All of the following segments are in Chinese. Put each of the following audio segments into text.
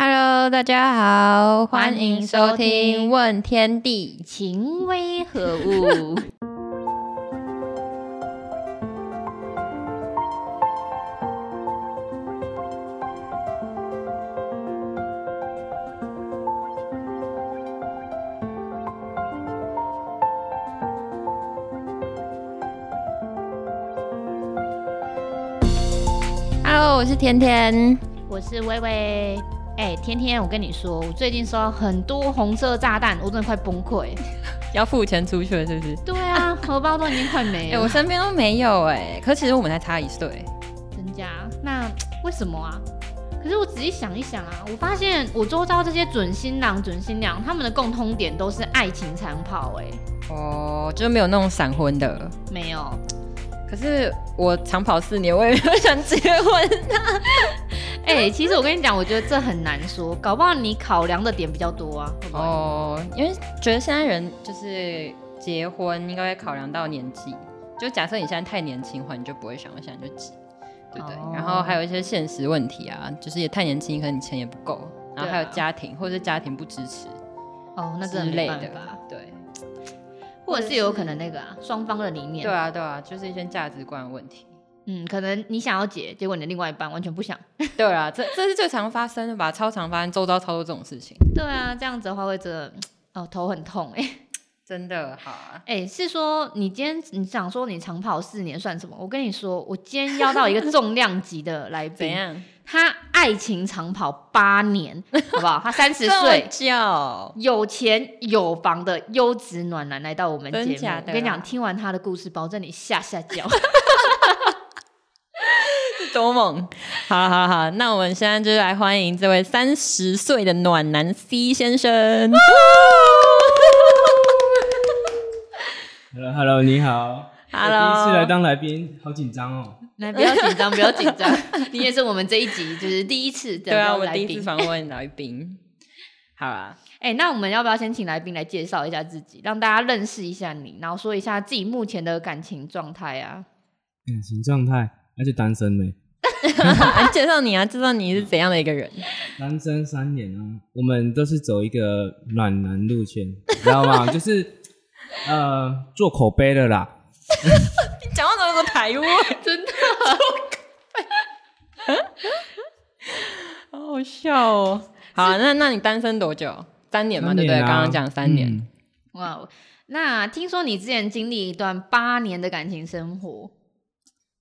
Hello，大家好，欢欢迎迎收收听《听问天地》。情为何 物？ Hello，我是甜甜。我是微微。哎、天天，我跟你说，我最近收到很多红色炸弹，我真的快崩溃。要付钱出去了，是不是？对 啊，荷包都已经快没哎、了。我身边都没有哎、可其实我们才差一岁，增加，那为什么啊？可是我仔细想一想啊，我发现我周遭这些准新郎、准新娘，他们的共通点都是爱情长跑、哎，哦，就没有那种闪婚的。没有，可是我长跑四年，我也没有想结婚。哎、其实我跟你讲，我觉得这很难说，搞不好你考量的点比较多啊。会不会哦，因为觉得现在人就是结婚应该会考量到年纪，就假设你现在太年轻的话，你就不会想，我想就急，对不对？哦然后还有一些现实问题啊，就是也太年轻，可能你钱也不够，然后还有对啊家庭，或者是家庭不支持哦，那之真的类没的办法，，对。或者是有可能那个啊，双方的理念，对啊，对啊，就是一些价值观的问题。 嗯，可能你想要结，结果你的另外一半完全不想。对啊，这这是最常发生的吧？超常发生，周遭超多这种事情，对啊，这样子的话会真的，哦，头很痛 哎、真的好啊。哎、是说你今天你想说你长跑四年算什么？我跟你说，我今天邀到一 个重量级的来怎宾，样？他爱情长跑八 年，好不好？他三十这么岁，久，有钱有房的优质暖男来到我们真节目。假的啊我跟你讲，听完他的故事，保证你吓吓叫。多猛！好好好，那我们现在就来欢迎这位三十岁的暖男 C 先生。 Hello Hello，你好 Hello 我第一次来当来宾，好紧张哦。来，不要紧 张，不要紧张，你也是我们这一集就是第一次的对啊，邀我来第一宾次访问来 宾。好啊，哎、那我们要不要先请来宾来介绍一下自己，让大家认识一下你，然后说一下自己目前的感情状态啊？感情状态，而且单身呢，来介绍你 啊，介绍你是怎样的一个人？单身三年啊，我们都是走一个暖男路线，你知 道吗？就是呃做口碑的啦。你讲话怎么有个台味？真的， 好好笑哦。好啊、那那你单身多久？三年嘛，三对不对？年啊刚刚讲三年。嗯哇哦！那听说你之前经历一段八年的感情生活，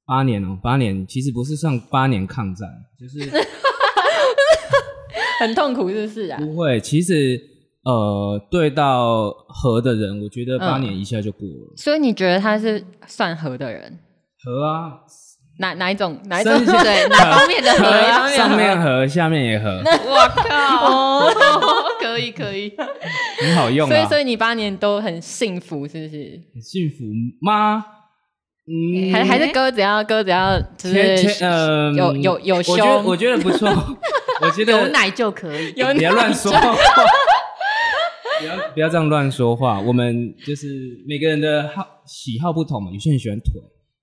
八年哦，八年其实不是算八年抗战，就是 很痛苦，是不是啊？不会。其实呃，对到合的人，我觉嗯得八年一下就过了。所以你觉得他是算合的人？合啊，哪哪一种？哪一种？生 下对哪方面的合啊？合上面合，下面也合， 我哦靠！ 可以可以，很好用啊。所以，所以你八年都很幸福，是不是？很幸福吗？嗯，还还是鸽子要鸽子要，就是前前呃，有有有我觉得胸我觉得不 错，我觉得有奶就可以。不要乱说话， 不要不要这样乱说话。我们就是每个人的好喜好不同嘛，有些人喜欢腿，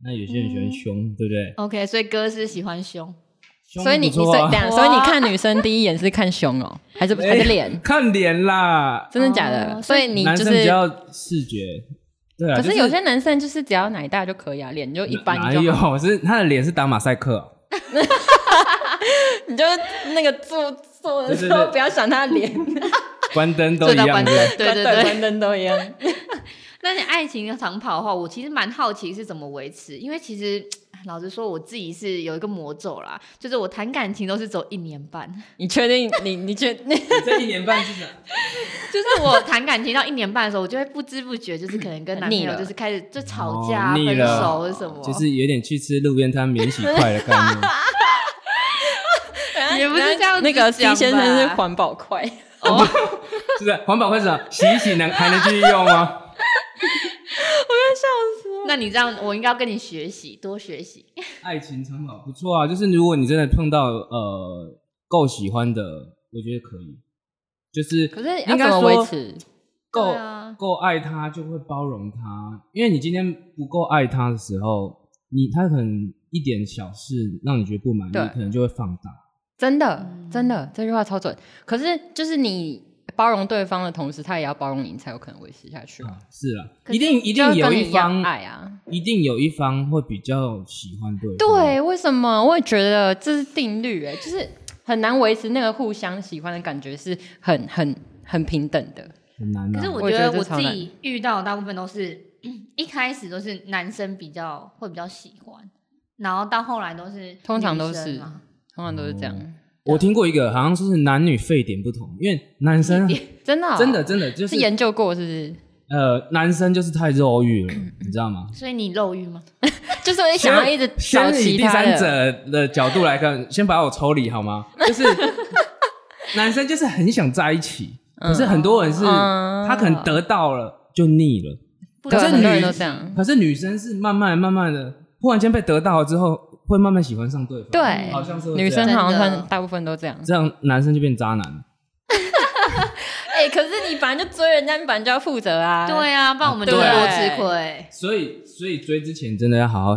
那有些人喜欢胸，对不对？ OK，所以哥是喜欢胸，胸哦所以你你不所错啊哎以等下哇所以你看女生第一眼是看胸哦，还是还是脸？看脸啦，真的假的？哦所以你男就生比是，较视觉，对啊。可就是有些男生就是只要奶大就可以啊，脸就一般哪就好，有？ 是他的脸是打马赛克哦， 你就那个做做的时对对候对不要想他脸，关灯都做一到样关灯对。，对对关对。关灯都一样。那你爱情的长跑的话，我其实蛮好奇是怎么维持，因为其实哎老实说，我自己是有一个魔咒啦，就是我谈感情都是走一年半， 你确定你你确定？你这一年半是啥？就是我谈感情到一年半的时候，我就会不知不觉就是可能跟男朋腻友了就是开始就吵架、啊哦腻分了手什么，就是有点去吃路边摊免洗筷的概 念。也不是这样子那个 C 讲吧先生是环保筷，哦，是的，环保会长洗一洗能还能继续用吗？那你这样我应该要跟你学习，多学习。 爱情长跑不错啊，就是如果你真的碰到呃够喜欢的，我觉得可以，就是可是要应怎该么说维持？够、对啊够爱他就会包容他，因为你今天不够爱他的时候，你他可能一点小事让你觉得不满意对，可能就会放大。真的，嗯真的，这句话超准。可是，就是你包容对方的同时，他也要包容你，才有可能维持下去啊。啊是啦，可一是定一就要定有跟你一一样方嗯爱啊。一定有一方会比较喜欢对方。对，为什么？我也觉得这是定律、哎，就是很难维持那个互相喜欢的感觉，是很很很平等的。很难、啊。可是我我觉觉得得这我超自己遇到的大部分都是 一开始都是男生比较会比较喜欢，然后到后来都是通常女都生是嘛通常都是这样，我听过一个，好像是男女沸点不同，因为男生真的哦、真的真的就是是研究过，是不是？ 呃，男生就是太肉欲了，你知道吗？所以你漏欲吗？就是会想要一直找先以其第他三的，者的角度来看，先把我抽离好吗？就是 男生就是很想在一起，可是很多人是嗯他可能得到了就腻了，不对，可是很女多人都这样。可是女生是慢慢慢慢的，忽然间被得到了之后，会慢慢喜欢上对方。对好像是会女这样生好像真的算大部分都这样。这样，男生就变渣男了。哎、可是你本来就追人家，你本来就要负责啊。对啊，不然我们就对会多吃亏。所以，所以追之前真的要好好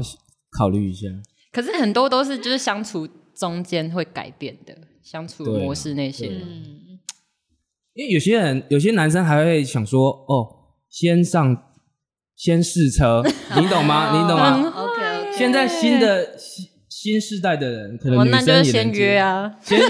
考虑一下。可是很多都是就是相处中间会改变的相处对啊模式那些对，嗯，因为有些人，有些男生还会想说，哦，先上，先试 车，嗯你懂吗？哦你懂嗯吗？ ？OK，现在新的新新世代的人，可我能哦女那生就是也先能接约，啊。先约，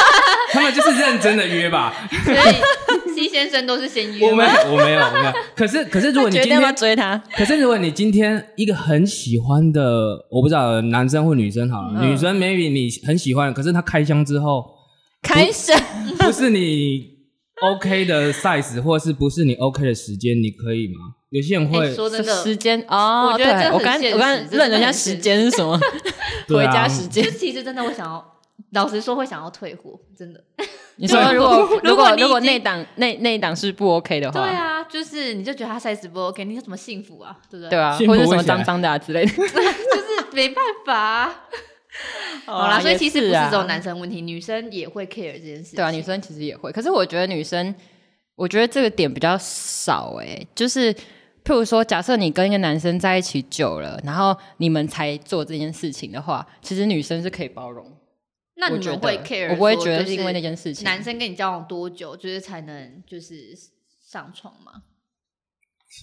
他们就是认真的约吧。 所以 C 先生都是先约我没吗，有，我没有，我没有。可是，可是如果你决今定要不要天，追他，可是如果你今天一个很喜欢的，我不知道男生或女生好了，嗯女生 maybe 你很喜欢，可是她开箱之后，开始 不是你 OK 的 size，或是不是你 OK 的时间，你可以吗？有些人会哎，说真的，时间哦，我觉得这对很我刚现实我刚这真的认人家很时现间是什 么？对回啊家时就间。 其实真的，我想要，老实说会想要退货，真的。你说如果啊 如如果果你已如果经那档那那一档是不 OK 的对话，啊，就是你就觉得他 size 不 OK，你有什么幸福啊？对不对？对啊，幸或福者什危么险脏脏的啊之类的。就是没办法啊、 好哦啦，所以其实不是只有男生问题，女生也会 care 这件啊事情。对啊，女生其实也会，可是我觉得女生，我觉得这个点比较少哎、就是譬如说，假设你跟一个男生在一起久了，然后你们才做这件事情的话，其实女生是可以包容。那我你觉们得会 care？我不会说觉得就是因为那件事情。男生跟你交往多久，就是才能就是上床吗？嗯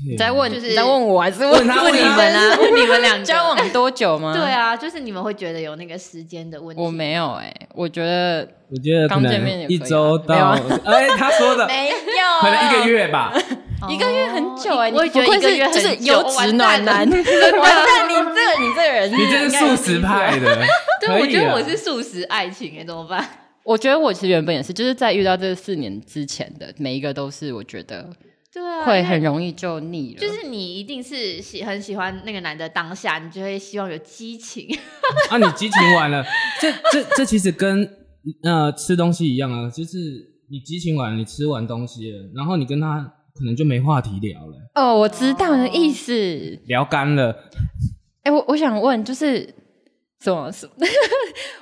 你在问，就是你在问我还是问问他问你们啊，问你们两个交。往多久吗？对，啊，就是你们会觉得有那个时间的问题。我没有哎、我觉得我觉得可刚见面也能可以一啊周没有到 啊，哎，他说的没有，啊可能一个月 吧。哦一个月很久哎、你我也觉得不愧一个是月就是很久优质暖男， 完蛋了完蛋，你这个你这个人，你这是素食派的，可对，我以觉得啊我是素食爱情哎，怎么办？我觉得我其实原本也是，就是在遇到这四年之前的每一个都是，我觉得 对啊，会因为很容易就腻了。就是你一定是喜很喜欢那个男的当下，你就会希望有激情。 啊，你激情完了，这这这其实跟呃吃东西一样啊，就是你激情完了，你吃完东西了，然后你跟他可能就没话题聊了，哦，我知道你的意思。聊干了，哎、我我想问，就是什么 什么？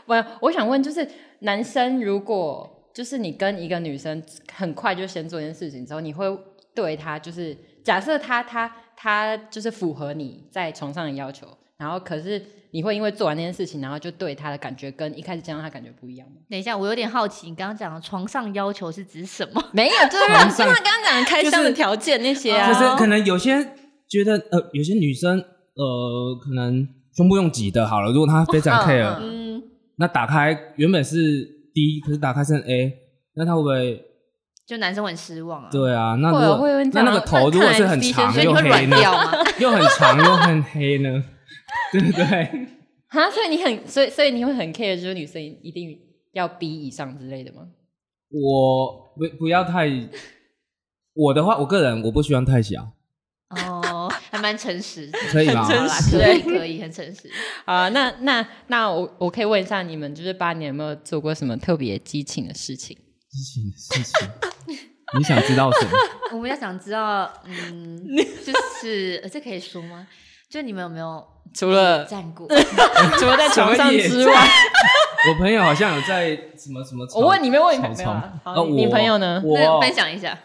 我我想问，就是男生如果就是你跟一个女生很快就先做一件事情之后，你会对她就是假设她她她就是符合你在床上的要求，然后可是你会因为做完那件事情，然后就对她的感觉跟一开始见到她感觉不一样吗？等一下，我有点好奇，你刚刚讲的床上要求是指什么？没有，就是让让就就是他他刚刚讲的开箱箱的的条件那些就啊，是可能有些觉得呃，有些女生呃，可能胸部用挤的，好了，如果她非常嗯 care，、嗯嗯，那打开原本是 D，可是打开是 A，那她会不会？就男生会很失望啊。，对啊，那如会果啊会有人那讲那个头如果是很长所以又你会黑软呢，掉 吗？又很长又很黑呢， 对不对？哈，所以你很，所以所以你会很 care，就是女生一定要 B 以上之类的吗？我不不要太，我的话，我个人我不希望太小，哦，还蛮诚实的，可以吗？好诚啦实可以可以，很诚实。好啊，那那那我我可以问一下你们，就是八年有没有做过什么特别激情的事情？激情的事情，你想知道什么？我们要想知道，嗯， 就是呃这可以说吗？就你们有没有除了站过？除了 在床上之什么野外， 我朋友好像有在什么什么草，我问你没问你草朋友啊丛好呃你我朋友呢我分享一下，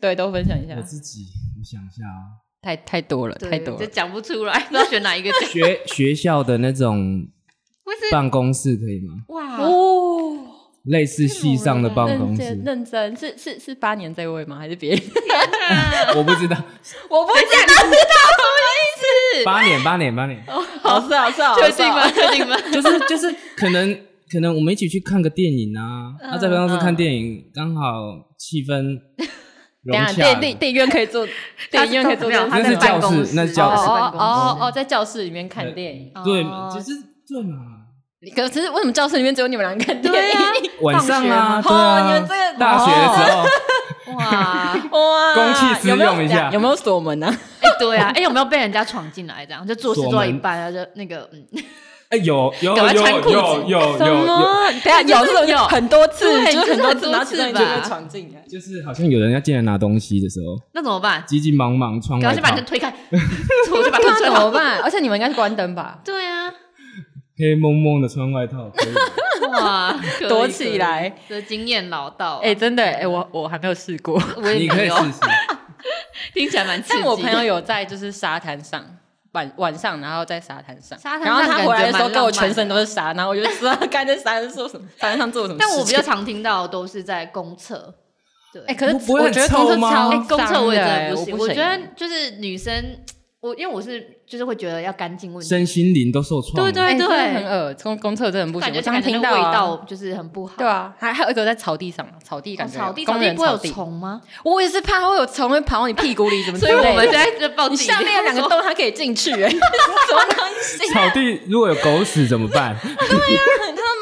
对，都分享一下我，自己，我想一下啊，太太多了，对太多就了。讲不出来，不知道选哪一个讲。学学校的那种不是办公室可以吗？哇，哦，类似系上的办公认真室，认真是是是八年这位吗？还是别人？我不知道， 我不知道，知道什么意思？哦八年八年八年， 好是好 是好，啊确定吗？确定吗？就是就是可能可能我们一起去看个电影啊，嗯那在办公室看电影，刚好气氛融等一洽下，电了。电电影院可以 做， 电影院可以做这种他那事，在是办教公室，室那是教室，哦哦哦室哦，在教室里面看电影。对哦，就是对嘛，可是为什么教室里面只有你们俩看哦电影？ 晚上啊，放学哦你们对啊这个，哦大学的时候，哇，哇 公器私用一下有没有讲有没有锁门啊？哎、对啊，哎、有没有被人家闯进来？这样就做事锁做到一门半，然后就那个，嗯， 哎，有有赶有快穿裤有子有有什有有，么？等一下有这种有很多次，对就是很多就是次，很多然后其次中一吧次被闯进来。就是好像有人要进来拿东西的时候，那怎么办？急急忙忙穿赶快先外把套门，推开， 我就 把对门啊，推怎么好。办？而且你们应该是关灯吧？对啊，黑蒙蒙的穿外套， 可以吗哇，可以躲起来，可以这经验老道、啊。哎，真的，哎，我我还没有试过，我也你可没以有，试试。听起来蛮刺激但的。我朋友有在就是沙滩上。晚晚上，然后在沙滩上，沙滩然上后他回来的时候感觉蛮浪漫的跟我全身都是沙，然后我就知道该在沙滩做什么，沙滩上做什么事情。但我比较常听到的都是在公厕，对，哎、可是不不会我觉得很公厕臭吗超哎哎，公厕我也真脏的哎的不行，行，我觉得就是女生，我因为我是就是会觉得要干净问题，身心灵都受创了。对对哎真的很对，恶公公厕真的不感行，觉我就常感觉听那到、个味啊、道就是很不好。对啊，还还有一个在草地上嘛，草地哦，感觉、草地草工地人不会有地，虫吗？我也是怕会有虫会跑到你屁股里，怎么之所以类的？我们现在就报你自己下面有两个 说洞，它可以进去、哎，什么东西？草地如果有狗屎怎么办？ 它都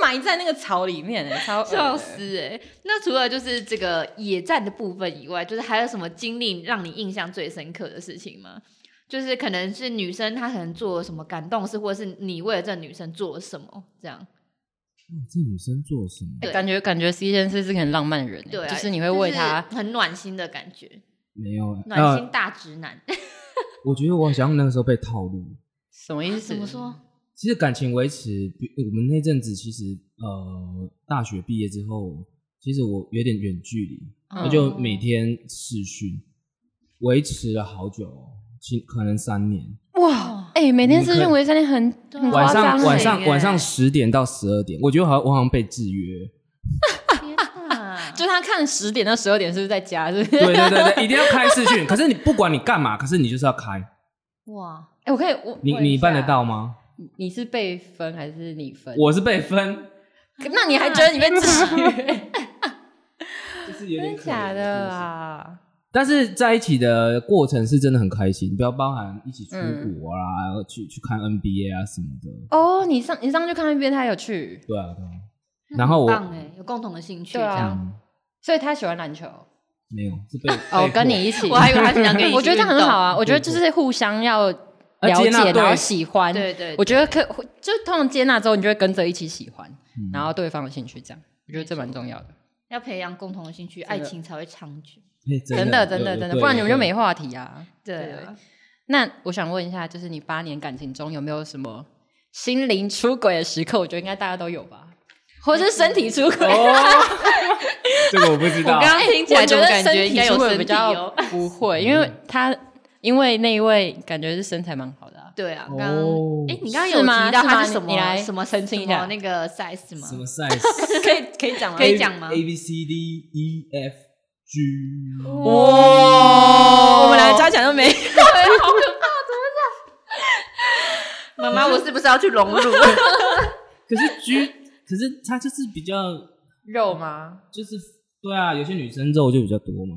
埋在那个草里面、哎，超恶的笑死哎、欸！那除了就是这个野战的部分以外，就是还有什么经历让你印象最深刻的事情吗？就是可能是女生她可能做了什么感动事，或者是你为了这女生做了什么这样？这女生做什么？哎对感觉感觉 C 先生是个很浪漫的人、哎对、啊，就是你会为他，就是很暖心的感觉，没有啊，暖呃心，大直男。我觉得我好像那个时候被套路。什么意思？怎么？说？其实感情维持，比我们那阵子其实呃，大学毕业之后，其实我有点远距离，嗯那、就每天视讯，维持了好久哦，其可能三年。哇，哎、每天视讯围三天很对啊很晚夸张、上哎晚上耶晚上十点到十二点，我觉得好像我好像被制约。天 哪！就他看十点到十二点是不是在家？是不是？对对对对，一定要开视讯。可是你不管你干嘛，可是你就是要开。哇， 哎、我可以，我你问一你办得下到吗？你是被分还是你分？我是被分， 那你还觉得你被制 约？就是有点真的可怜假的？啊？但是在一起的过程是真的很开心，不要包含一起出国啦，去去看 NBA 啊什么的。哦，你上你上去看 NBA，他有去，对啊，对啊。嗯然后我很棒哎，有共同的兴趣，对啊这样嗯，所以他喜欢篮球。没有是被哦，跟。被迫你一起， 我还以为他是想跟你一起我觉得这样很好啊，我觉得就是互相要了接纳解，对然后喜欢。对对，我觉得可就通常接纳之后，你就会跟着一起喜欢，嗯然后对方的兴趣这样，我觉得这蛮重要的。要培养共同的兴趣，真的爱情才会长久。哎真的，真的，真的，不然你们就 没话题啊。对啊，那我想问一下，就是你八年感情中有没有什么心灵出轨的时刻？我觉得应该大家都有吧，或者是身体出轨。哦。这个我不知道我，刚刚听起哎我来觉怎么得感身觉体应该有出轨身比体较哦。不会，因为他因为那一位感觉是身材蛮好的、啊。对啊，哦刚刚哎，你刚刚是有吗提到是他吗是什你你来么什么澄清一什么下那个 size 吗什？么 size 可以可以讲吗可以讲吗 A B C D E F G，哇，我们两个加起来都没有。妈妈，我 是不是要去融入？可是 G，可是它就是比较 肉吗？就是对啊，有些女生肉就比较多嘛。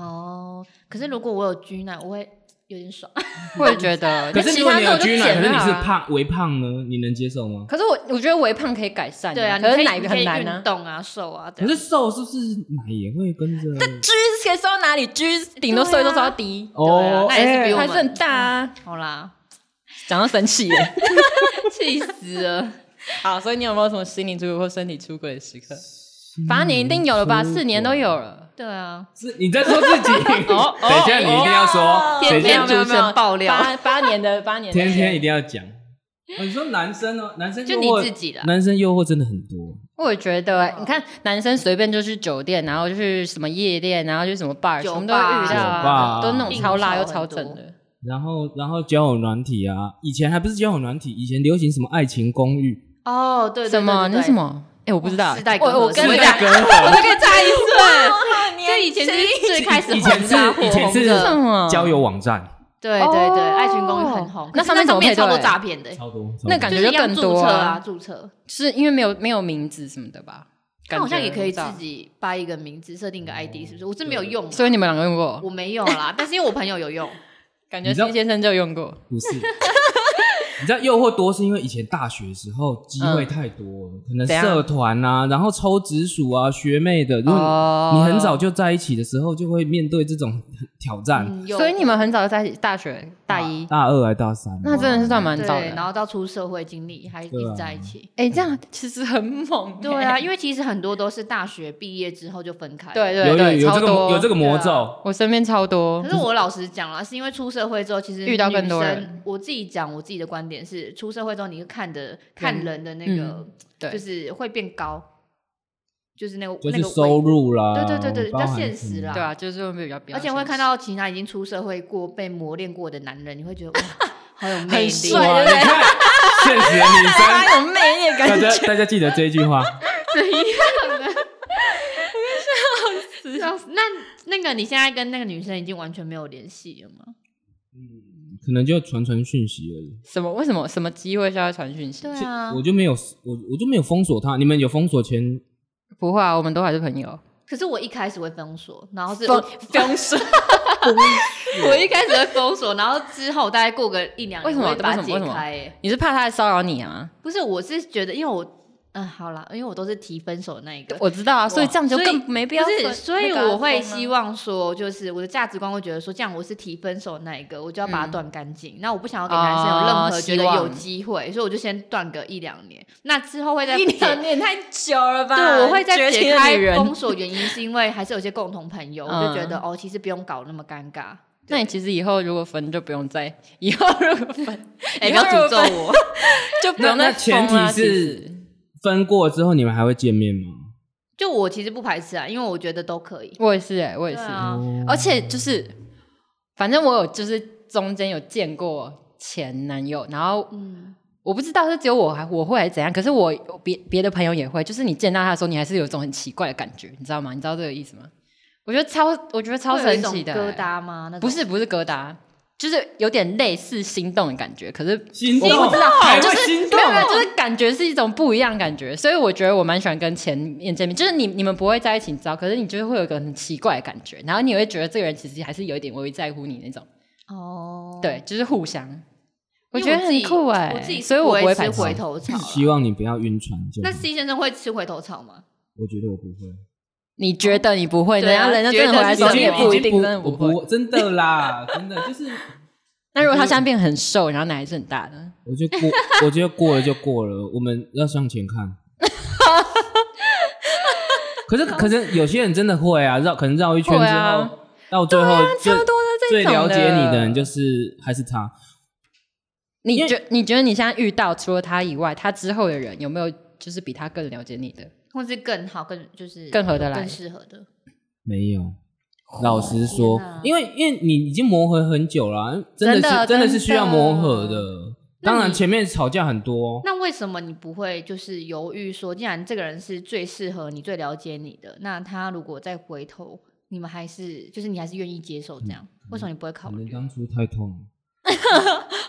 哦，可是如果我有 G 奶，我会有点爽。 我也觉得，可是其如果他你有肉就 G 奶，可减是了、你啊。是。胖微胖呢，你能接受吗？可是我我觉得微胖可以改善、对啊，你可可是以奶你可以很难运啊。动啊，瘦啊，这可样是瘦是不是奶也会跟着？ G 是可以瘦到哪里？G 顶多瘦一多瘦到低，哦对啊那也是比我还们是很大 啊。好啦，讲到神奇耶。气死了！好，所以你有没有什么心灵出轨或身体出轨的时刻？嗯八年一定有了吧？四年都有。了。对啊，是你在说自己？ 哦哦 等一下你一定要哦说，天等一天下主持人爆料，八八年的八年的天天一定要 讲。哦你说男生哦，男生就诱你惑自啊己啦。男生诱惑真的很多。我也觉得、你看男生随便就去酒店，然后就去什么夜店，然后去什么 bar，酒什吧么都会遇到、啊，酒吧都那种超辣又超正的。然后，然后交友软体啊，以前还不是交友软体，以前流行什么爱情公寓，哦，对，对什么？对对那什么？哎，我不知道世，代隔阂我我跟世你代讲 隔阂我就可以差一岁。这就以前就是最开始以前红的啊是以火前红是的什么交友网站对对对，哦爱群公寓很红，那可上是面那怎么面配超多对诈骗的欸，超多，超多那感就觉是要更注多册啊，，注册。是因为没有没有名字什么的吧？他感觉好像也可以我不知自道己掰一个名字，设定一个 ID，是不是？我是没有用啊，所以你们两个用过，我没有啦，但是因为我朋友有用，感你觉知道 C 先生就用过。不是。 你知道诱惑多是因为以前大学的时候机会太多了，可嗯能怎样社团啊，然后抽直属啊、学妹的，如哦果你很早就在一起的时候，就会面对这种挑战。嗯，有所以你们很早就在一起大学大一，大二还大三，那真的是算蛮早对，然的。后到出社会经历还一对直啊在一起。哎，这样其实很猛欸。对啊，因为其实很多都是大学毕业之后就分开。对。对有有对，啊有超这个多魔有这个魔咒，我身边超多哦可，是我老实讲了，是因为出社会之后，其实遇到更多女人生。我自己讲我自己的观点是，出社会之后，你看的看人的那个，对就是会变高，就是那个就那是个收位入啦，对对对对比较包含现实啦对啊，就是会比较比较，而且会看到其他已经出社会过、被磨练过的男人，你会觉得 哇，好有魅很力，什么。哇，你看现实的女生，有魅力的大 感觉。家大家记得这一句话， 笑死那那个你现在跟那个女生已经完全没有联系了吗？可能就传传讯息而已。什么？为什么？什么机会需要传讯息？对啊我，就没有我我就没有封锁他，你们有封锁 前不会啊，我们都还是朋友。可是我一开始会封锁，然后是 封我 封锁，我一开始会封锁，然后之后大概过个一两年，为什么我会把它为什解么为什么开、欸？你是怕他来骚扰你啊？不是，我是觉得，因为我嗯、好啦，因为我都是提分手的那一 个，我知道啊，所以这样就所以更没必要不分。是，所以那个啊我会希分啊望说，就是我的价值观会觉得说，这样我是提分手那一个，我就要把它嗯断干净。那我不想要给男生有任何哦觉得希望有机会，所以我就先断个一两年。那之后会再一解两年太久了吧？对，我会再绝情解的女开人。嗯封锁原因，是因为还是有些共同朋友，我就觉得哦，其实不用搞那么尴 尬。那你其实以后如果分就不用再， 以后如果 分哎，以不要后如果诅咒分我， 就不那用再那前封啊提其是实分过之后，你们还会见面吗？就我其实不排斥啊，因为我觉得都可以。我也是哎、我也对是，啊，而且就是，反正我有就是中间有见过前男友，然后嗯，我不知道是只有我还我会还是怎样，可是我我别别的朋友也会，就是你见到他的时候，你还是有一种很奇怪的感觉，你知道吗？你知道这个意思吗？我觉得超，我觉得超会有一神种奇的、欸疙瘩吗？那种不是不是疙瘩，就是有点类似心动的感觉，可是心动，我不知道还就是会心动没有，没有，就是感觉是一种不一样的感觉，所以我觉得我蛮喜欢跟前面见面，就是你你们不会在一起，你知道，可是你就是会有一个很奇怪的感觉，然后你会觉得这个人其实还是有一点微微在乎你那种，哦，对，就是互相，我因觉为得自很己酷哎、我自己是所以我不会吃排斥回头草啦。希望你不要晕船就好。那 C 先生会吃回头草吗？我觉得我不会，你觉得你不会，对人啊家人家真的回来觉得说是你也这样不一定真的我不不会。我真的啦， 真的就是，那如果他现在变很瘦，然后奶还是很大的，我就过，我觉得过了就过了，我们要向前看。 可是，可是有些人真的会啊，绕可能绕一圈之后，会啊到最后最、超多的这最种了解你的的人就是还是他。你觉你觉得你现在遇到除了他以外，他之后的人有没有就是比他更了解你的？或是更好、更就是更合得来更适合的。没有，老实说天哪，因为因为你已经磨合很久了啊、真的是真的真的是需要真的磨合的。那当然你前面吵架很多，哦那为什么你不会就是犹豫说，既然这个人是最适合你、最了解你的，那他如果再回头，你们还是就是你还是愿意接受这样？为什么你不会考可能虑？当初太痛了。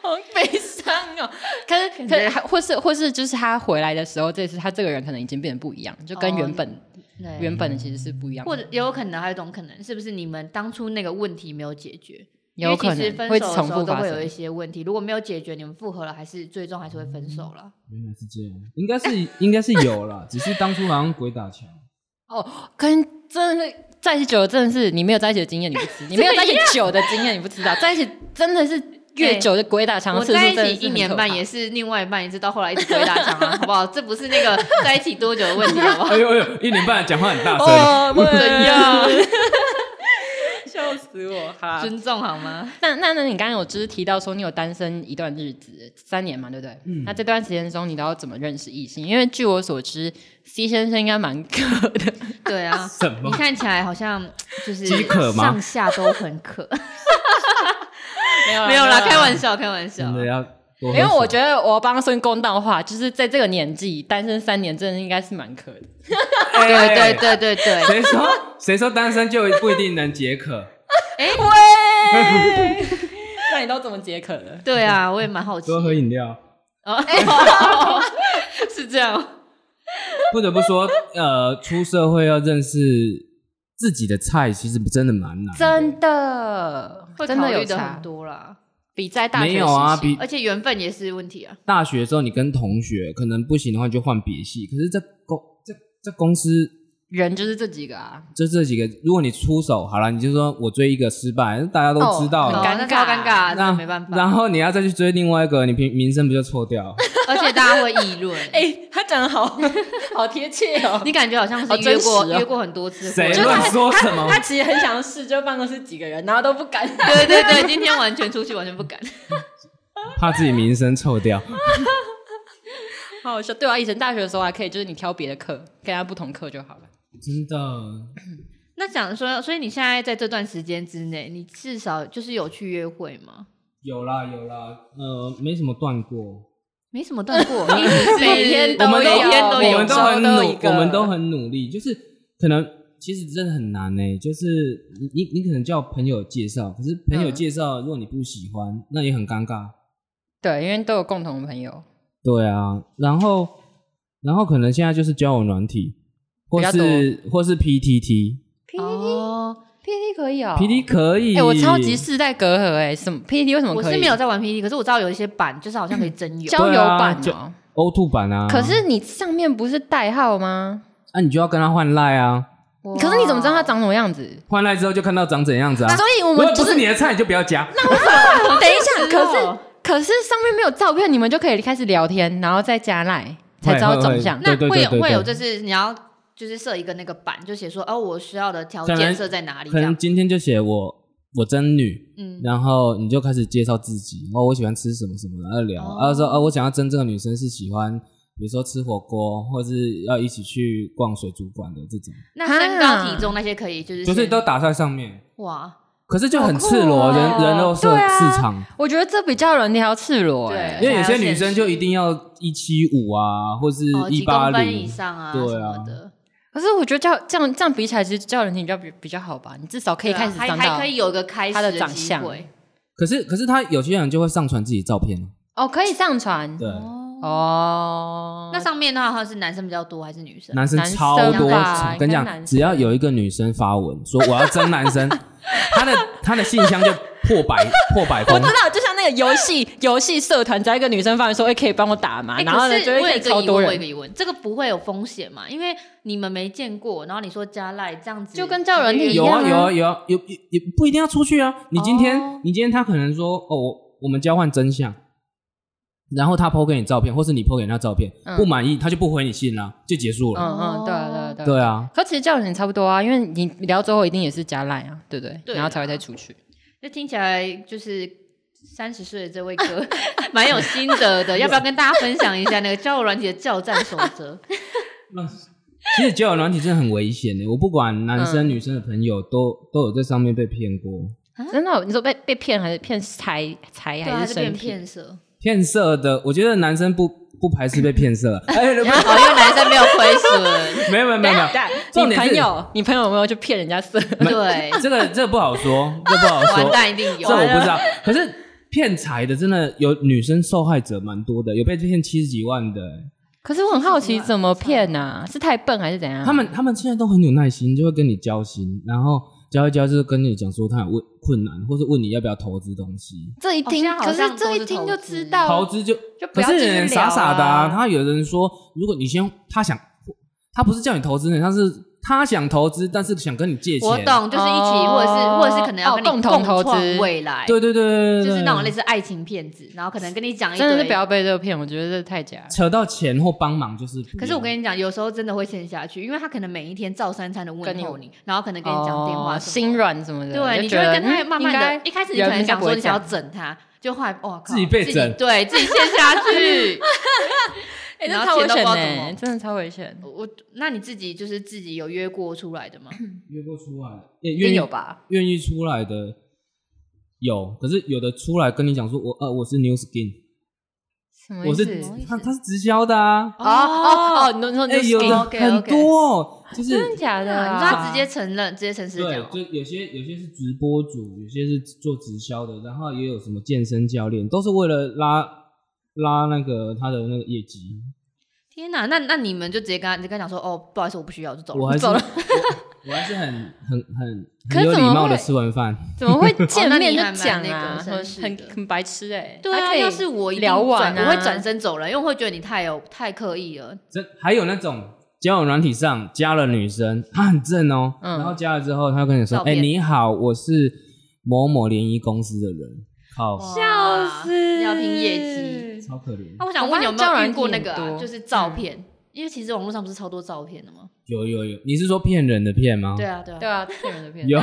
好悲伤哦。可是，可是，还或是或是，就是他回来的时候，这次他这个人可能已经变得不一样，就跟哦原本、对，原本的其实是不一样的，或者也有可能还有一种可能，是不是你们当初那个问题没有解决？有可因为其实分能会手的时重候复都发会有一生。些问题，如果没有解决，你们复合了，还是最终还是会嗯分手了。原来是这样，应该是 应该是有啦，只是当初好像鬼打墙。跟真的是在一起久了，真的是你没有在一起的经验，你不知；你没有在一起久的经验，你不知道。在一起真的是越久就鬼打墙的我次数在真一的是很可怕，起一年半，也是另外一半，也是到后来一直鬼打 墙啊，好不好？这不是那个在一起多久的问题，好不好？ 哎呦哎呦，一年半讲话很大声，哦，不怎样？笑死我！好 尊重好吗？那那那你刚刚有就是提到说你有单身一段日子，三年嘛，对不对？嗯那这段时间中，你都要怎么认识异性？因为据我所知，C 先生应该蛮渴 的，对啊，什你么？看起来好像就是饥渴吗上下都很渴， 没有没有啦，开玩笑，开玩笑真。的要多喝没有，水我觉得我帮孙公道话，就是在这个年纪单身三年，真的应该是蛮渴的。哎对对对对对，谁说谁说单身就不一定能解渴？喂， 那你都怎么解渴的？对啊，我也蛮好奇。多喝饮料。哦， 是这样， 哦不得不说，呃，出社会要认识自己的菜，其实真的蛮难。真的会，真考的有虑的差很，多啦。比在大学没有啊，时期比而且缘分也是问题啊。大学的时候你跟同学可能不行的话，你就换别系。可是在公在在公司人就是这几个啊，就这几个，如果你出手好了，你就说我追一个失败，大家都知道很了。尴啊哦那超尴尬，那那没办法，然后你要再去追另外一个，你名名声不就错掉？而且大家会议论。 哎、他讲的好好贴切哦。你感觉好像好是真约过实哦约过很多次谁会，就是乱他说什么他？他其实很想试，就办公室几个人，然后都不敢。对对对，今天完全出去完全不敢。 怕自己名声臭掉。好好笑。对啊，以前大学的时候还可以，就是你挑别的课，跟他不同课就好了。 真的，那讲说，所以你现在在这段时间之内，你至少就是有去约会吗？有啦有啦，呃，没什么断过。没什么断 过，你每天都我们有每天都我有们都周很都有努一个我们都很努力，就是可能其实真的很难呢、就是你你你可能叫朋友介绍，可是朋友嗯介绍，如果你不喜欢，那也很尴尬。对，因为都有共同的朋友，对啊，然后然后可能现在就是交友软体，或比较是或是 PTT，PTT、哦， PPT 可以哦 PTT 可以。哎、我超级世代隔阂哎、什么 PPT 为什么我可以？是没有在玩 PPT，可是我知道有一些版，就是好像可以真有。交友版对哦、 O two 版啊，可是你上面不是代号吗？那、你就要跟他换赖啊，可是你怎么知道他长什么样子？换赖之后就看到长怎样子啊。所以我如果们不就是你的菜，你就不要加。等一下，可是是可是上面没有照片，你们就可以开始聊天，然后再加赖才知道长相。对那对会有对对会有，对就是你要就是设一个那个版，就写说哦，我需要的条可件能设在哪里可这能啊样。今天就写我我真女，嗯，然后你就开始介绍自己，哦，我喜欢吃什么什么的，然后聊，哦然后说哦，我想要真正的女生是喜欢，比如说吃火锅，或是要一起去逛水族馆的这种，那身高啊体重那些可以就是就是先都打在上面，哇，可是就很好酷赤裸，哦人人肉市对啊市场，我觉得这比较人条赤裸、对啊哎，因为有些还要女生现就实一定要一七五啊，或是哦一几八公分零以，上啊对啊什么的，可是我觉得叫这样这样比起来，其实叫人体比较比比较好吧，你至少可以对啊开始还长还到可以有一个开始他的的长机相会可是可是她有些人就会上传自己照片，啊哦，可以上传对，哦。哦。那上面的话是男生比较多还是女生？男生男超生多吧，跟你应该讲，男只要有一个女生发文说我要争 男生，她的她的信箱就破百破百我封知。道， 就像那个游戏游戏社团，只要一个女生发言说，哎、可以帮我打吗？哎然后可呢，是就会我有可一以个超疑问，多我有一人个。疑问，这个不会有风险嘛？因为你们没见过，然后你说加赖这样子，就跟叫人体一有样啊啊有啊有啊有有有不一定要出去啊！你今天、哦你今天他可能说哦我我们交换真相，然后他 PO 给你照片，或是你 PO 给他照片，嗯不满意他就不回你信了，就结束了。嗯嗯，对啊对啊对啊。对啊，可其实叫人也差不多啊，因为你聊最后一定也是加赖啊，对不对？对啊然后才会再出去。这听起来就是三十岁的这位哥蛮有心得的，要不要跟大家分享一下那个交友软体的叫战守则？其实交友软体真的很危险的、我不管男生、嗯女生的朋友都都有在上面被骗过，真的哦、你说被被骗还是骗财财对啊，还还是是身变体？骗色？骗色的。我觉得男生不不排斥被骗色，哎、哦，因没有为男生没有亏 损，没有没有没有没 有，对啊重你点是朋友，你朋友有没有去骗人家色？没对，这个这个不好说，这不好完说，蛋一定有。啊这我不知道。可是骗财的真的有女生受害者蛮多的，有被骗七十几万的、 可是我很好奇，怎么骗 呐、是太笨还是嗯怎样？他们他们现在都很有耐心，就会跟你交心，然后交一交就是跟你讲说他有问困难，或是问你要不要投资东西。这一听，哦现在好可像是都这一是听投就资知投道，资就就不可要是继续人聊傻傻的啊，啊他有人说，如果你先他想他不是叫你投资呢，他是他想投资，但是想跟你借钱。我懂，就是一起，哦或者是或者是可能要哦跟你共同投资创未来，对对对对对，就是那种类类似爱情骗子，然后可能跟你讲一真的是不堆。要被这个骗，我觉得这太假了。扯到钱或帮忙就是不一样。可是我跟你讲，有时候真的会陷下去，因为他可能每一天照三餐的问候跟你，然后可能跟你讲电话哦什么心软什么的，的，对，你觉会得嗯跟他慢慢的，一开始你可能想说你想要要，整他，就后来哦哇靠，自己被整对自己陷下 去。哎、然这超后危钱都险不知道呢、怎么真的超危险，我那你自己就是自己有约过出来的吗？约过出来，也一定愿意有吧？愿意出来的有，可是有的出来跟你讲说我呃我是 New Skin，什么我意是思？他他是直销的啊，哦哦哦，你说你说哎，有 skin 的 OK，OK 很多哦，就是真的假的啊啊？你说他直接承认，直接诚实地对讲，哦，就有些有些是直播主，有些是做直销的，然后也有什么健身教练，都是为了拉拉那个他的那个业绩。天哪，那那你们就直接跟他，你跟他讲说，哦，不好意思，我不需要，我就走了，我 还是走我 了。我还是很很很可很是有怎礼么貌的会吃完饭。怎么会见面哦那你就还讲蛮那啊？个绅士很的很白痴哎。对他啊，可以要是我一定聊完转啊，我会转身走人，因为我会觉得你太有太刻意了。这还有那种交友软体上加了女生，她很正哦，嗯然后加了之后，她跟你说：“照哎、片你好，我是某某联谊公司的人。”哦靠，哇笑死！要听业绩。超可怜那、。我想问你有没有遇过那交个、友软体很多啊，就是照片、因为其实网络上不是超多照片的吗？有有有，你是说骗人的骗吗？对啊，对啊，对啊，骗人的骗人。有，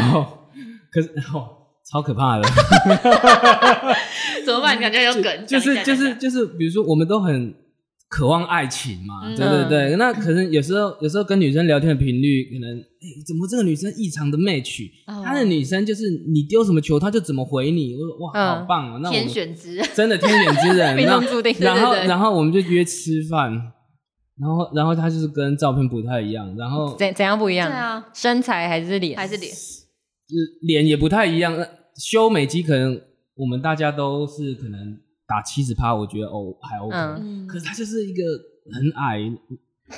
可是 哦，超可怕的。怎么办？你感觉有 梗，嗯 就讲一是下就是讲一下就是，比如说我们都很渴望爱情嘛，嗯对对对。那可能有时候有时候跟女生聊天的频率，可能哎、怎么这个女生异常的 match，、哦她的女生就是你丢什么球，她就怎么回你。我说哇，嗯好棒哦、那我天们选之 人，真的天选 之人。命然中后注定。然后对对对然后我们就约吃饭，然后然后她就是跟照片不太一样，然后怎怎样不一对样？啊，身材还是脸？还是脸，呃脸也不太一样。那修美肌可能我们大家都是可能打七十趴，我觉得哦还 OK。嗯嗯可是他就是一个很矮，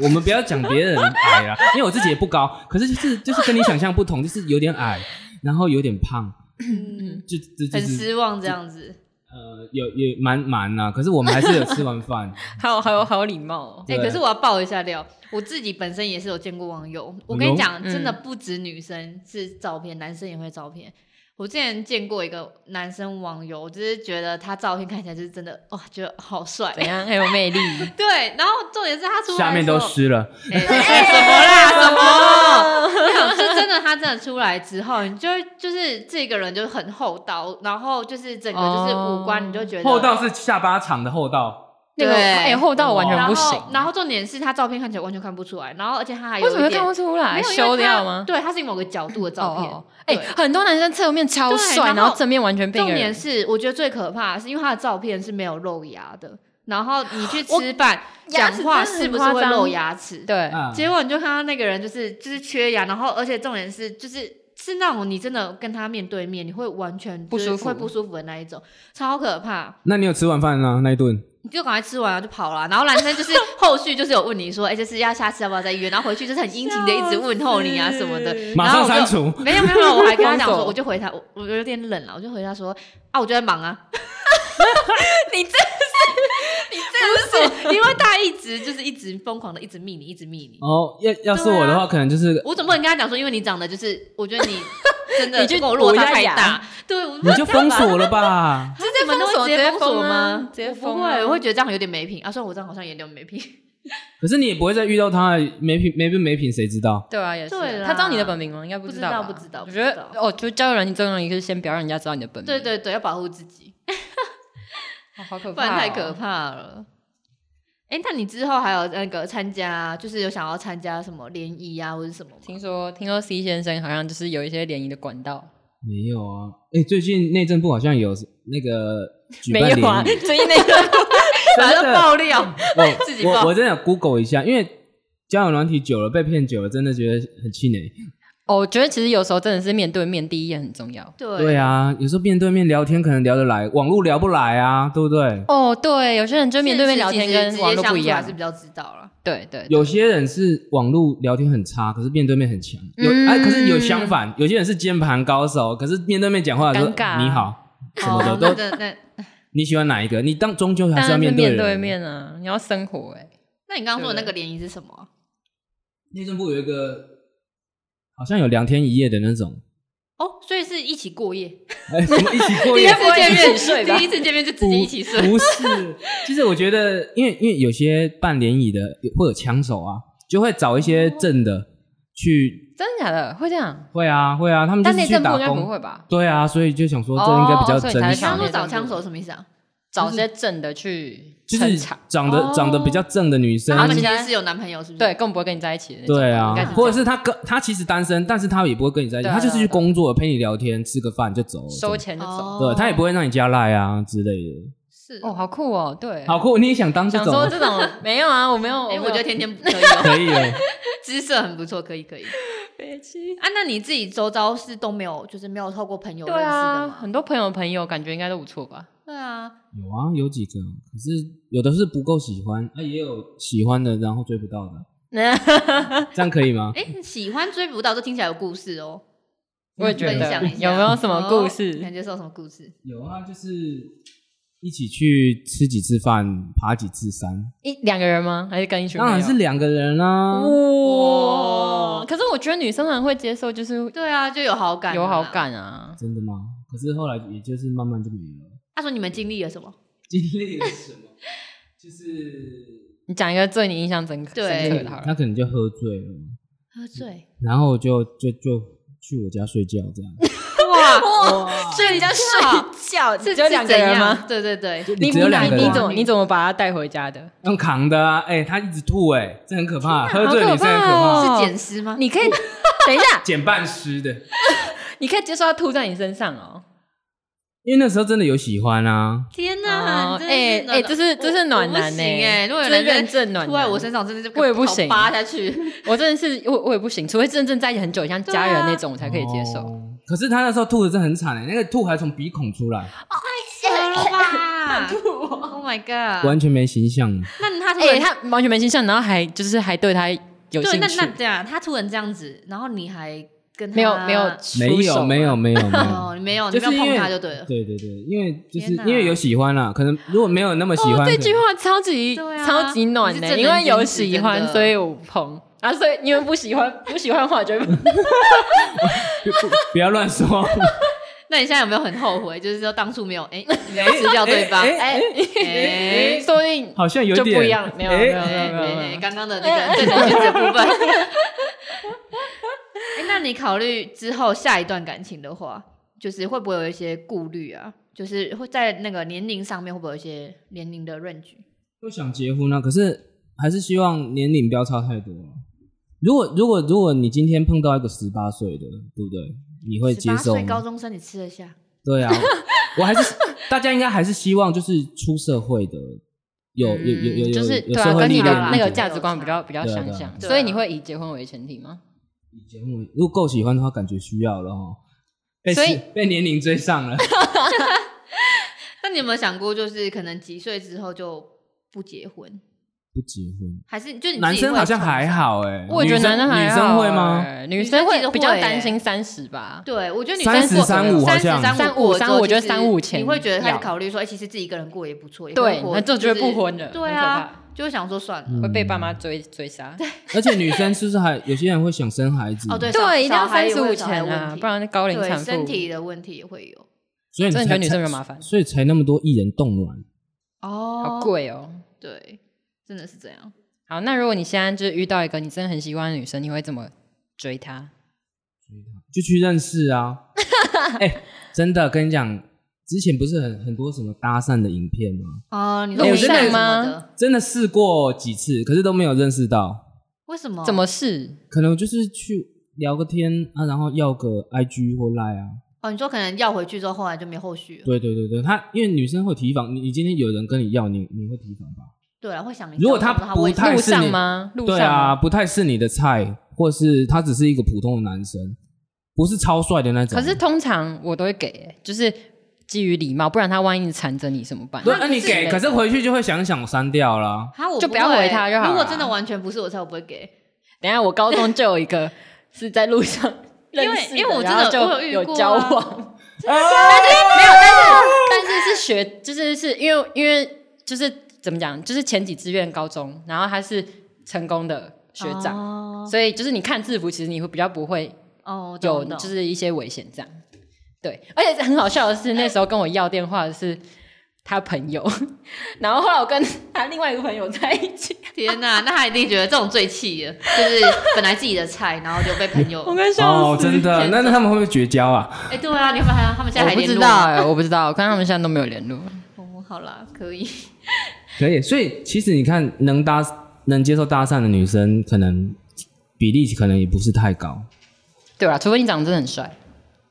我们不要讲别人矮啦， 因为我自己也不高，可是就是就是跟你想象不同，就是有点矮，然后有点胖，嗯，就这就很是失望这样子。呃有也蛮蛮呐，可是我们还是有吃完 饭，还有还有还有礼貌哦。哎、对可是我要爆一下料，我自己本身也是有见过网友。我跟哎你呦讲，真的嗯不止女生是照片，男生也会照片。我之前见过一个男生网友，我就是觉得他照片看起来就是真的，哇，觉得好帅。怎样很有魅 力？对，然后重点是他出来下面都是、湿了，哎哎什么啦，什么？没有，是真的，他真的出来之后，你就会就是这个人就很厚道，然后就是整个就是哦五官，你就觉得后道是下巴长的后道，那个对哎，厚道完全不然后行。然后重点是他照片看起来完全看不出来，然后而且他还有为什么一会点看不出来？没有因为修他掉吗？对，他是以某个角度的照片。哦哦哎、对很多男生侧面超对帅，然然后后正面完全被一重个点人。是，我觉得最可怕的是因为他的照片是没有露牙的，然后你去吃饭牙讲齿话真的是很不是夸会张露牙齿？对，啊，结果你就看到那个人就是就是缺牙，然后而且重点是就是。是那种你真的跟他面对面，你会完全不就是舒服会不舒服的那一种，超可怕。那你有吃完饭吗？那一顿？你就赶快吃完了就跑了啊、然后男生就是后续就是有问你说，哎、这次要下次要不要再约？然后回去就是很殷勤的一直问候你啊什么的。马然后上我删就除，没有没有没有，我还跟他讲封说，锁我就回他，我我有点冷了，我就回他说啊，我就在忙 啊。你真的是，你真的是，因为他一直就是一直疯狂的一直密你，一直密你。哦，要要是我啊的话，可能就是我总不能跟他讲说，因为你长得就是，我觉 得你真的你去够落补差一下太牙大，对，我你就封锁了吧，直接封锁，直接封锁啊吗？直接我不封会，啊我会觉得这样有点没品啊。虽然我这样好像也有点没品，可是你也不会再遇到他，没品没不没品谁知道？对啊，也是啊。对啦他知道你的本名吗？应该不知道道吧。不知道我不觉知得道哦，就交友软件最容易就是先不要让人家知道你的本名。对，对对，要保护自己，哦、好可不怕、哦，然太可。怕了。哎，那你之后还有那个参加，就是有想要参加什么联谊啊，或者什么吗？听说听说 C 先生好像就是有一些联谊的管道，没有啊，哎、最近内政部好像有那个举没办联谊有 啊？最近那个马上真的爆 料，自己我报我我真的有 Google 一下，因为交友软体久了被骗久了，真的觉得很气馁。哦，我觉得其实有时候真的是面对面第一眼很重要。对对啊，有时候面对面聊天可能聊得来，网络聊不来啊，对不对？哦，对，有些人就面对面聊天现实其实直跟接网络不一相处还样是。比较知道了。对对，对有些人是网络聊天很差，可是面对面很强。有哎、可是有相反，有些人是键盘高手，可是面对面讲话的时候尴尬啊你好什么的哦，都那那那，你喜欢哪一个？你当终究还当是要然是面对面人对。面啊，你要生活哎、那你刚刚说的那对个联谊是什么 啊？内政部有一个好像有两天一夜的那种，哦，所以是一起过夜， 哎、什么一起过第一？次夜见不会 面一起睡吧第一次见面就直接一起睡。不是，其实我觉得，因为因为有些办联谊的会有枪手啊，就会找一些正的 去，真的假的？会这样？会啊会啊，他们就但是内去政部打应该不工。会吧？对啊，所以就想说这应该比较哦所以你才会真你刚想，刚实说找枪手什么意思啊？找些正的去就是撑场，长得哦长得比较正的女生他，然后们你其实是有男朋友，是不是？对，更不会跟你在一起的那种。对啊应该是这，样或者是她跟她其实单身，但是她也不会跟你在一起，对啊她就是对去啊工作陪你聊天吃个饭就走了，收走钱就走。哦，对她也不会让你加赖啊之类的。是哦，哦，好酷哦，对，好酷！你也想当这想种说啊？这种 没有啊，我没有，哎、没有我觉得天 天可以、哦，可以耶， 姿色很不错，可以可以。北七啊，那你自己周遭是都没有，就是没有透过朋友认识对的啊，吗？很多朋友的朋友感觉应该都不错 吧？对啊，有啊，有几个，可是有的是不够喜欢，啊，也有喜欢的，然后追不到的，这样可 以吗？哎、喜欢追不到，这听起来有故事哦。我也觉分得享一下有没有什么故哦事？感觉是有什么故事？有啊，就是一起去吃几次饭，爬几次山，一两个人吗？还是跟一群当朋友？然是啊两个人啦、哇！可是我觉得女生很会接受，就是对啊，就有好感，有好。感啊。真的吗？可是后来也就是慢慢就没了。他说你们经历了什么？经历了什么？ 就是你讲一个最你印象深刻对深刻的好了，他可能就喝醉了，喝醉然后就就就去我家睡觉 这样。哇！所以你家 睡觉是只有两个人吗？？是怎样对对对，就你只有两个你人你怎么你怎么把他带回家的？用扛的啊！哎、他一直吐哎、这很可怕，喝好醉可女生很可怕怕，哦是捡尸吗？你可以等一下，减半湿的。你可以接受他吐在你身上哦。因为那时候真的有喜欢啊，天哪！哦你真的是哎暖哎这是我这是暖男我不行欸哎，如果有这是男生认证暖吐在男我身上，真的是我也不行扒 下去。我真的是我我也不行，除非真正在一起很久，像家人对啊那种，我才可以接受。哦可是他那时候吐的真的很惨哎、那个吐还从鼻孔出来，啊死了吧！Oh my god！完全没形象。那他哎，是他完全没形象，然后还就是还对他有对兴那那趣，对啊，他突然这样子，然后你还跟他没有没有没出手啊有吗没有没有 没有。哦，你没有你没就有是因碰为他就对了。对对对，因为就是天哪因为有喜欢啦，可能如果没有那么喜欢，哦、这句可能话超级、对啊超级暖你的、是正因人为有君子喜真欢，的所以我碰啊，所以因为不喜欢不喜欢的话，我就会不不不要乱说。那你现在有没有很后悔？就是说当初没有哎，你没有吃掉对方，哎哎，哎说不定好像有就点不一样，没有没有哎没有没有哎没哎有，刚刚的那个正人君子的部分。哎，那你考虑之后下一段感情的话，就是会不会有一些顾虑啊？就是会在那个年龄上面会不会有一些年龄的 range？都想结婚啊，可是还是希望年龄不要差太多了。如果如果如果你今天碰到一个十八岁的，对不对？你会接18受岁高吗？中生你吃得下？对啊，我还是大家应该还是希望就是出社会的，有有有有有就是有对啊，社会跟历你练的啊人那个觉得价值观比较比较对啊相对啊像，对啊所以你会以结婚为前提吗？以节目如果够喜欢的话，感觉需要了哈。被所以时被年龄追上了， 那你有没有想过，就是可能几岁之后就不结婚，不结婚，还是就你自己男生会好像从还好哎、我也觉得男生还女好欸生女生会吗？哎？女女生生其实会比较会欸担心三十吧。对，我觉得女30生35好像三35我觉得35前你会觉得开始要考虑说，哎、其实自己一个人过也不错，也对会活那就觉得是不婚了对很可啊，就会想说算了。嗯会被爸妈追追杀， 而且女生是不是还有些人会想生孩子？哦，对，对，一定要小孩三也十五会有小孩前的问啊，题不然高龄对产妇身体的问题也会有所以你真的才觉得女生比较麻烦所以才那么多艺人冻卵。哦好，贵哦。对，真的是这样。好，那如果你现在就是遇到一个你真的很喜欢的女生，你会怎么追她？就去认识啊。 哎、真的跟你讲，之前不是很很多什么搭讪的影片吗？哦、你说说我你真的什么吗的？真的试过几次，可是都没有认识到，为什么？怎？么试？可能就是去聊个天啊，然后要个 IG 或 Line 啊。哦，你说可能要回去之后，后来就没后续了。对对对对，他因为女生会提防你，你今天有人跟你要，你你会提防吧？对啊了，会想一下如果他他不为什么太路是上你，吗？路上对啊，吗？不太是你的菜，或是他只是一个普通的男生，不是超帅的那种。可是通常我都会给、欸就是基于礼貌，不然他万一缠着你怎么办？对，那、啊你给，可是回去就会想想删掉啦。哈我就不不要会回他就好如果了啊真的完全不是我才我不会给。等一下我高中就有一个是在路上认识的。 因为因为我真的然后我有就遇有过啊交往， 但是是学就是是因为因为就是怎么讲，就是前几志愿高中，然后他是成功的学长，哦，所以就是你看制服，其实你会比较不会哦我懂有我懂就是一些危险这样。对，而且很好笑的是，那时候跟我要电话的是他朋友， 然后后来我跟他另外一个朋友在一起，天呐，那他一定觉得这种最气了，就是本来自己的菜，然后就被 朋友。我跟笑哦，死。真的，那那他们会不会绝交啊？哎、对啊，你们还他们现在我还不联知络道吗？哎、我不知道，我看他们现在都没有联络。哦，好啦，可以。可以，所以其实你看，能搭能接受搭讪的女生，可能比例可能也不是太高，啊对啦，除非你长得真的很帅，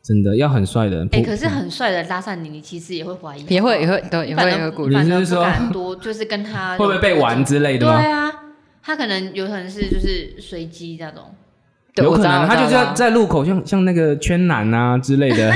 真的要很帅的人。哎、普可是很帅的搭讪你，你其实也会怀疑，也会也好会对也不好会反也而会鼓励励，反你而是不说敢多，就是跟他 会不会被玩之类的对吗？啊，他可能有可能是就是随机那种，对啊有我可知道能我他知道就是我知要道在路口像像那个圈男啊之类 的，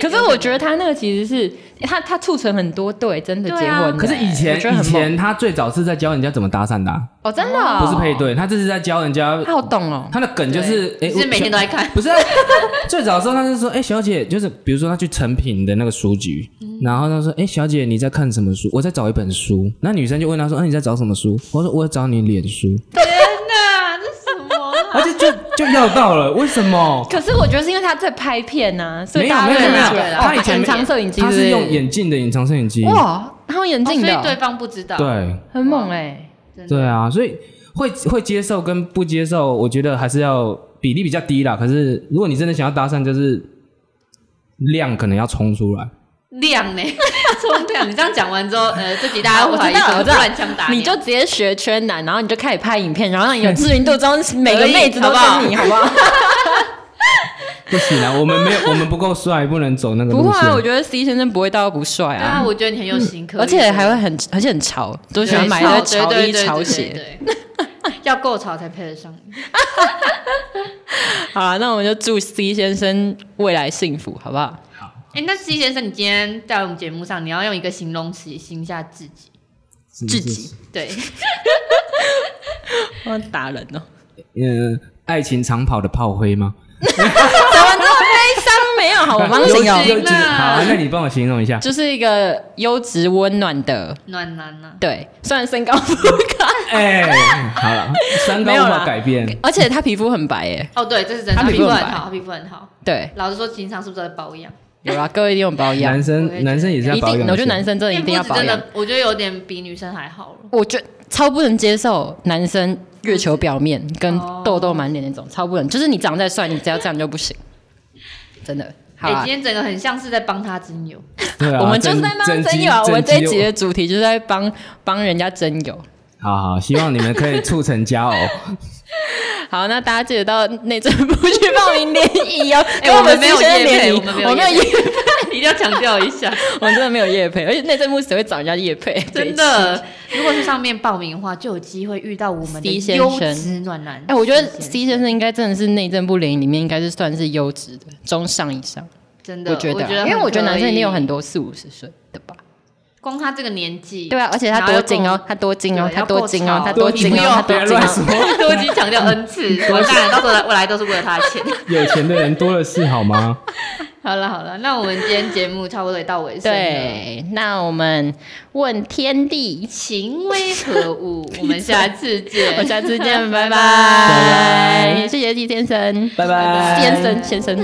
可是我觉得他那个其实是他他促成很多对真的结对啊婚的，可是以前嗯我觉得以很猛前他最早是在教人家怎么搭讪的啊、哦真的哦不是配，对，他这是在教人家，他好懂哦，他的梗就是哎，得是每天都 在看，不是啊最早的时候他是说哎、小姐，就是比如说他去成品的那个书局，嗯然后他说哎、小姐你在看什么书？我在找一本书。那女生就问他说啊你在找什么书？我说我在找你脸 书，真的这什么啊？而且就就要到了，为什么？可是我觉得是因为他在拍片呐、所以没有大家没有认没得有出来没有哦他以前隐藏摄影机他不是用眼镜的隐藏摄影机，哇，他用眼哦所镜以的哦、对方不知道，对。很猛哎、真的对啊，所以会会接受跟不接受，我觉得还是要比例比较低啦。可是如果你真的想要搭讪，就是量可能要冲出来。亮呢， 冲亮！你这样讲完之后，呃，这集大家会怀疑啊我知道我说知道乱枪打啊你就直接学圈男，然后你就开始拍影片，然后让你有知名度， 中每个可以妹子都好不好跟你，好不好？不行啊，我们没有，我们不够帅， 不能走那个不路会线。啊，我觉得 C 先生不会到不帅对啊，啊，我觉得你很有心可以，而且还会很，而且很潮，都喜欢买那对个潮对衣、对对潮对鞋。对对对要够潮才配得上你。好啊，那我们就祝 C 先生未来幸福，好不好？哎，那 C 先生，你今天在我们节目上，你要用一个形容词形容一下自己，自自己。对，我打人 哦，嗯、爱情长跑的炮灰吗？怎么这么悲伤？没有，好，我帮你有形容，有有行啦好啊，那你帮我形容一下。就是一个优质温暖的，暖男啊呐，对，虽然身高不高，哎、好了，三高没有无啦法改 变。而且他皮肤很白耶，哦，对，这是真的，他他皮皮肤肤很很白好，他皮肤很好。对，老实说，平常是不是都在保养？有啦，各位一定有保养男，我也觉生得男生也是要一保定，养。我觉得男。生真的一定要面部保真养，的，我觉得有点比女生还好了。我觉得超不能接受男生月球表面跟哦痘痘满脸那种，超不能，就是你长得再帅，你只要这样就不行，真的。好哎、啊今，天整个很像是在帮他精油， 对啊，我们就是在帮帮真友啊，我们这一集的主题就是在帮帮人家真友。好好，希望你们可以促成 佳偶。好，那大家记得到内政部去报名联谊 哦。哎我们没有跟我们业配联谊，我们没有我没有业业，一定要强调 一下，我们真的没有业配，而且内政部谁会找人家业 配？真的。如果去上面报名的话，就有机会遇到我们 C 的先优生质暖男。哎、我觉得 C C 先生应该真的是内政部联谊里面应该是算是优质的，中上以上。真的，我觉得啊，得很因为我觉得男生一定有可以很多四五十岁的吧。光他这个年纪，对啊，而且他然后多又金哦够，， 他多金哦，对他多金要哦够，他潮多金多金哦哦，他不多要金乱哦。说，我已经强调 n 次，我当然到时候来我来都是为了他的钱。有钱的人多了是好吗？好了好了，那我们今天节目差不多也到尾声了。对，那我们问天地，情为何物？我们下次见， 我下次见，拜拜拜拜，谢谢季先生，拜拜先生先生。